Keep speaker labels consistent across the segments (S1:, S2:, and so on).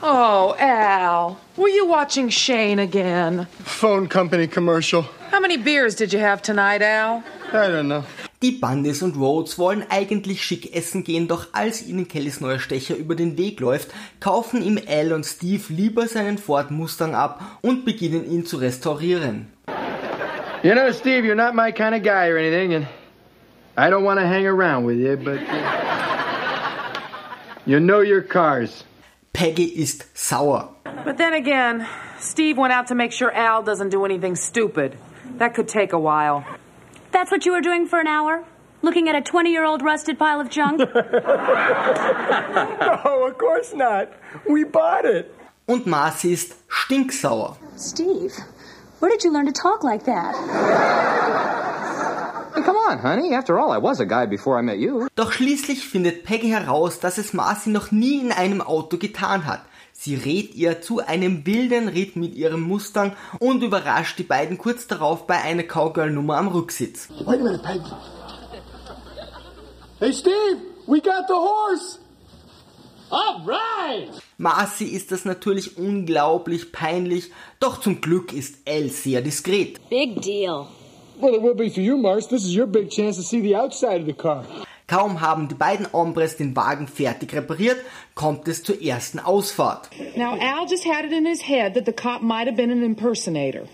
S1: Oh, Al, were you watching Shane again?
S2: Phone company commercial.
S1: How many beers did you have tonight, Al?
S2: I don't know.
S3: Die Bundes und Rhodes wollen eigentlich schick essen gehen, doch als ihnen Kellys neuer Stecher über den Weg läuft, kaufen ihm Al und Steve lieber seinen Ford Mustang ab und beginnen ihn zu restaurieren.
S2: You know, Steve, you're not my kind of guy or anything, and I don't want to hang around with you, but uh, you know your cars.
S3: Peggy ist sauer.
S1: But then again, Steve went out to make sure Al doesn't do anything stupid. That could take a while.
S4: That's what you were doing for an hour? Looking at a 20 year old rusted pile of junk?
S5: No, Oh, of course not. We bought it.
S3: Und Marcy ist stinksauer.
S4: Steve, where did you learn to talk like that?
S6: Hey, come on, honey. After all, I was a guy before I met you.
S3: Doch schließlich findet Peggy heraus, dass es Marcy noch nie in einem Auto getan hat. Sie rät ihr zu einem wilden Ritt mit ihrem Mustang und überrascht die beiden kurz darauf bei einer Cowgirl-Nummer am Rücksitz.
S7: Wait a minute, Peggy. Hey, Steve, we got the horse. All right.
S3: Marcy ist das natürlich unglaublich peinlich, doch zum Glück ist Elle sehr diskret.
S8: Big deal.
S5: Well, it will be for you, Mars. This is your big chance to see the outside of the car.
S3: Kaum haben die beiden Hombres den Wagen fertig repariert, kommt es zur ersten Ausfahrt.
S1: Now, Al just had it in his head that the cop might have been an impersonator.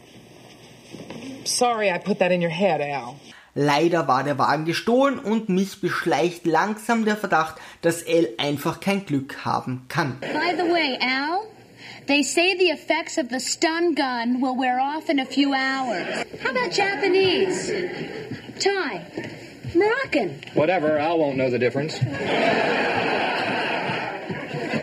S1: Sorry I put that in your head, Al.
S3: Leider war der Wagen gestohlen und mich beschleicht langsam der Verdacht, dass Elle einfach kein Glück haben kann.
S9: By the way, Al, they say the effects of the stun gun will wear off in a few hours. How about Japanese? Thai? Moroccan?
S6: Whatever, I won't know the difference.